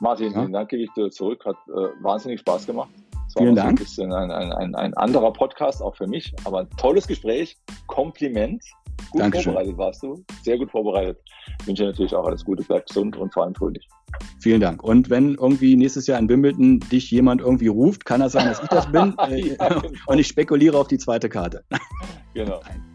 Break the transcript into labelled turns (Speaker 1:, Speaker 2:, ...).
Speaker 1: Martin, vielen Dank, gebe ich dir zurück. Hat äh, wahnsinnig Spaß gemacht. Es mal so
Speaker 2: Vielen Dank.
Speaker 1: Ein, bisschen ein, ein, ein, ein anderer Podcast, auch für mich, aber ein tolles Gespräch. Kompliment. Gut
Speaker 2: Dankeschön.
Speaker 1: vorbereitet warst du. Sehr gut vorbereitet. Ich wünsche dir natürlich auch alles Gute, bleib gesund und vor allem fröhlich.
Speaker 2: Vielen Dank. Und wenn irgendwie nächstes Jahr in Wimbledon dich jemand irgendwie ruft, kann das sein, dass ich das bin. Äh,
Speaker 1: Ja, genau.
Speaker 2: Und ich spekuliere auf die zweite Karte.
Speaker 1: Genau.
Speaker 2: Nein.